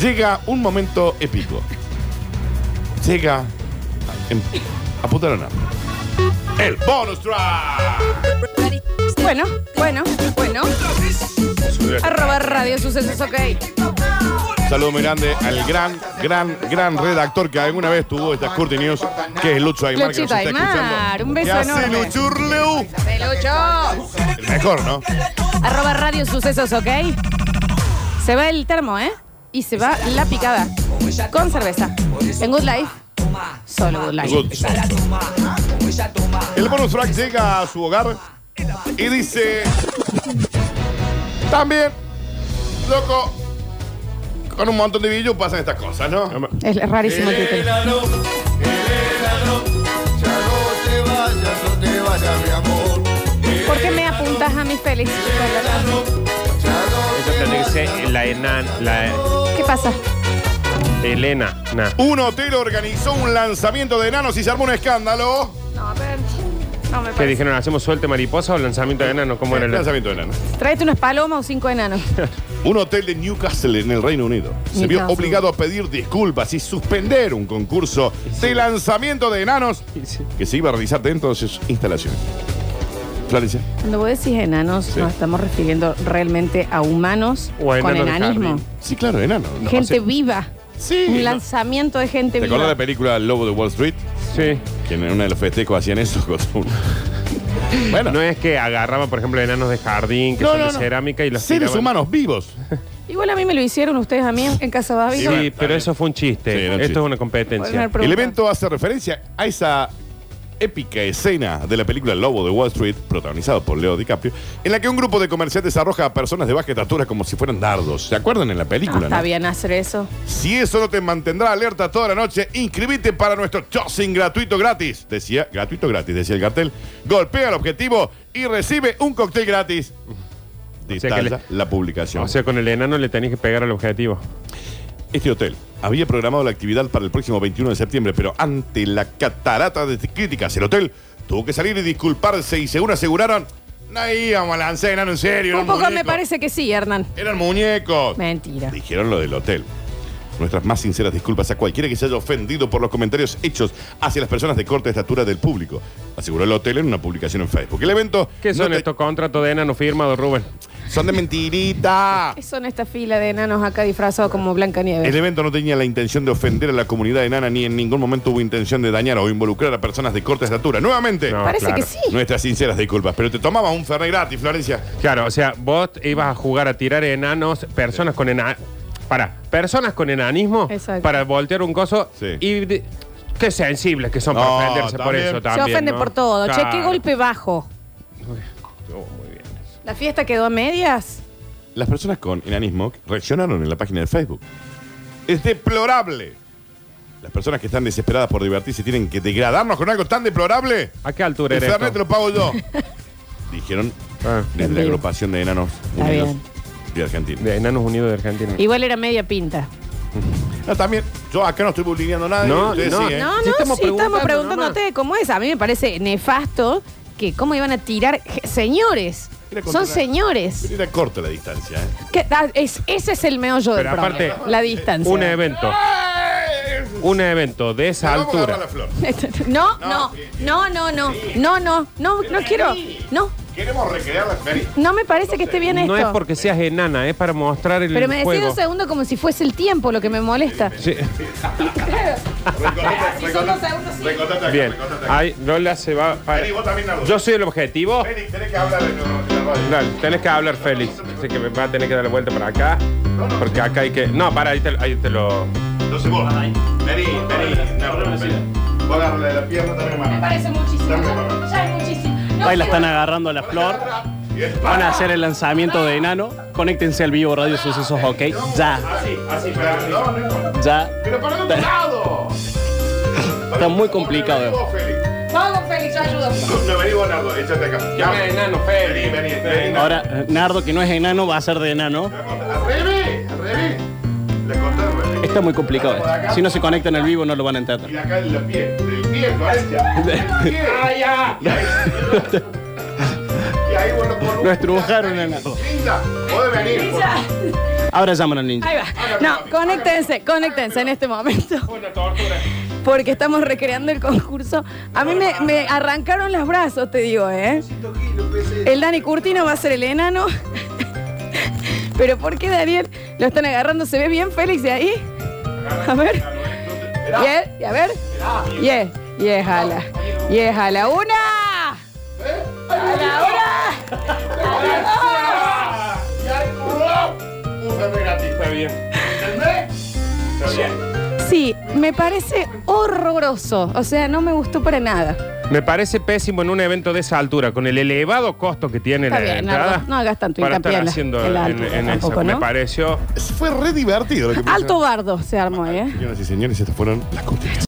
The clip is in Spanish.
Llega un momento épico. Llega. a- en- Apuntaron a. El bonus track. Bueno, bueno, bueno. Arroba Radio Sucesos, ok. Saludo muy grande al gran, gran, gran redactor que alguna vez tuvo estas Curti News, que es Lucho Aymar, que nos Luchito está Aymar, escuchando. un beso ¿Qué hace, enorme. Luchurleu? Pelucho. El mejor, ¿no? Arroba Radio Sucesos, ok. Se va el termo, ¿eh? Y se va la picada. Con cerveza. En Good Life. Solo Good Life. Good. El bonus track llega a su hogar y dice: También, loco, con un montón de billos pasan estas cosas, ¿no? Es rarísimo Eh, el título. Elena, no. Ya no te vayas, no te vayas, mi amor. eh, ¿Por qué me apuntas a mis pelis? Eso tendría que ser la enan, la ¿Qué pasa? Elena. na. Un hotel organizó un lanzamiento de enanos y se armó un escándalo. No, a ver. No me ¿Qué parece. dijeron? ¿Hacemos suelte mariposa o lanzamiento de enano? ¿Cómo era El el lanzamiento de enanos. Tráete unas palomas o cinco enanos. Un hotel de Newcastle en el Reino Unido se vio Newcastle. obligado a pedir disculpas y suspender un concurso de lanzamiento de enanos que se iba a realizar dentro de sus instalaciones. Florencia. Cuando vos decís enanos, nos estamos refiriendo realmente a humanos O a con enanos del enanismo. jardín. Sí, claro, enanos. No, gente sí. viva. Sí. Un no. lanzamiento de ¿Te gente acordás viva. de la película El Lobo de Wall Street? Sí. Que en uno de los festejos hacían eso con un- Bueno, No es que agarraban, por ejemplo, enanos de jardín, que No, son no, de no. cerámica y los seres tiraban. humanos vivos. Igual a mí me lo hicieron ustedes a mí en Casa Babi. Sí, bueno, pero también. eso fue un chiste. Sí, era un Esto chiste. es una competencia. Volver- Pregunta. El evento hace referencia a esa épica escena de la película Lobo de Wall Street, protagonizado por Leo DiCaprio, en la que un grupo de comerciantes arroja a personas de baja estatura como si fueran dardos. ¿Se acuerdan en la película? no? Ah, está bien hacer eso. Si eso no te mantendrá alerta toda la noche, inscribite para nuestro tossing gratuito gratis. Decía, gratuito gratis, decía el cartel. Golpea el objetivo y recibe un cóctel gratis. sea que Detalla la publicación. O sea, con el enano le tenés que pegar al objetivo. Este hotel había programado la actividad para el próximo 21 de septiembre, pero ante la catarata de críticas, el hotel tuvo que salir y disculparse y según aseguraron, no íbamos a lanzar enano en serio. Un eran poco me muñecos". parece que sí, Hernán. Eran muñecos. Mentira. Dijeron lo del hotel. Nuestras más sinceras disculpas a cualquiera que se haya ofendido por los comentarios hechos hacia las personas de corta estatura del público, aseguró el hotel en una publicación en Facebook. El evento ¿Qué son no te- estos contratos de enano firmados, Rubén? son de mentirita. ¿Qué son esta fila de enanos acá disfrazados como Blanca El Nieve? evento no tenía la intención de ofender a la comunidad enana ni en ningún momento hubo intención de dañar o involucrar a personas de corta estatura. Nuevamente, No. Parece claro. que Ah, sí. nuestras sinceras disculpas, pero te tomabas un Fernet gratis, Florencia. Claro, o sea, vos ibas a jugar a tirar enanos, personas con enan... Para, personas con enanismo, Exacto. para voltear un coso Sí. y... de- Qué sensibles que son No, para ofenderse por también. eso Se Se también, ofende ¿no? por todo. Claro. Che, qué golpe bajo. Estuvo muy bien. ¿La fiesta quedó a medias? Las personas con enanismo reaccionaron en la página de Facebook. Es deplorable. Las personas que están desesperadas por divertirse tienen que degradarnos con algo tan deplorable. ¿A qué altura El era Fernet te esto? lo pago yo. Dijeron Ah, desde la Bien. agrupación de enanos Está unidos bien. de Argentina. de Enanos Unidos de Argentina. Igual era media pinta. No, también, yo acá no estoy bulineando nada. No, no, ¿eh? No, no, Sí, sí, estamos estamos, preguntando preguntándote nomás. cómo es. A mí me parece nefasto que cómo iban a tirar. Je- Señores, Mira, con son una- señores. Pero era corta la distancia, ¿eh? ¿Qué- ah, es- ese es el meollo del Pero aparte, problema, la distancia. Un evento, un evento de esa Vamos a agarrar la altura. flor. No, No, no, sí, no, no, no, no, no, no, no quiero. No, Queremos recrear la feria. no me parece que esté bien No es esto. porque seas enana, es para mostrar el Pero me decido juego. un segundo como si fuese el tiempo lo que me molesta. Sí, Si son dos segundos, sí. Recortate acá, bien. recortate acá. Ahí Lola se va para... Vení, vos también, Nardo. Yo soy el objetivo. Vení, tenés que hablar en la radio. Dale, tenés que hablar, Félix. Así que me va a tener que dar la vuelta para acá. Porque acá hay que... No, para, ahí te, ahí te lo... Entonces vos. Ah, Vení, vení. Nardo, vení. Vos agarrale la pierna, dame Me mano. parece muchísimo. Ya es muchísimo. No Ahí la quiero- están agarrando a la flor. Y es Van a para. hacer el lanzamiento de enano. Conéctense al vivo Radio Sucesos, ok. Ya, Así, así, para. No, no, no. ya. Pero para otro lado. Está muy complicado. Vos, Félix. Vamos, Félix, yo ayudo. No, vení vos, Nardo, échate acá. Ya, enano, Félix. Vení, vení, vení. Ahora, eh, Nardo, que no es enano, va a ser de enano. Al revés, al revés. Le cortás, güey. Está muy complicado. Por acá. esto. Si no se conectan al vivo, no lo van a Y entender. de acá el pie, del pie, Florencia. Del pie. Y ahí- Y ahí vos lo colocas. Lo estrujaron, Nardo. Linda, podés venir. por- Ahora llaman al ninja. Ahí va. No, conéctense, conéctense en este momento. Porque estamos recreando el concurso. A mí me, me arrancaron los brazos, te digo, ¿eh? El Dani Curtino va a ser el enano. Pero ¿por qué Daniel lo están agarrando? ¿Se ve bien Félix de ahí? A ver. Bien, y a ver. Yeah, yeah, jala. Yeah, jala. ¡Una! ¡A la hora! Está bien. Sí, me parece horroroso. O sea, no me gustó para nada. Me parece pésimo en un evento de esa altura, con el elevado costo que tiene Está la bien, entrada. Nardo, no hagas tanto para hincapié estar en la- haciendo en la en- altura en eso. tampoco, ¿no? Me pareció Fue re divertido lo que pasó. Alto bardo se armó, ¿eh? Señoras y señores, estas fueron las cortinas.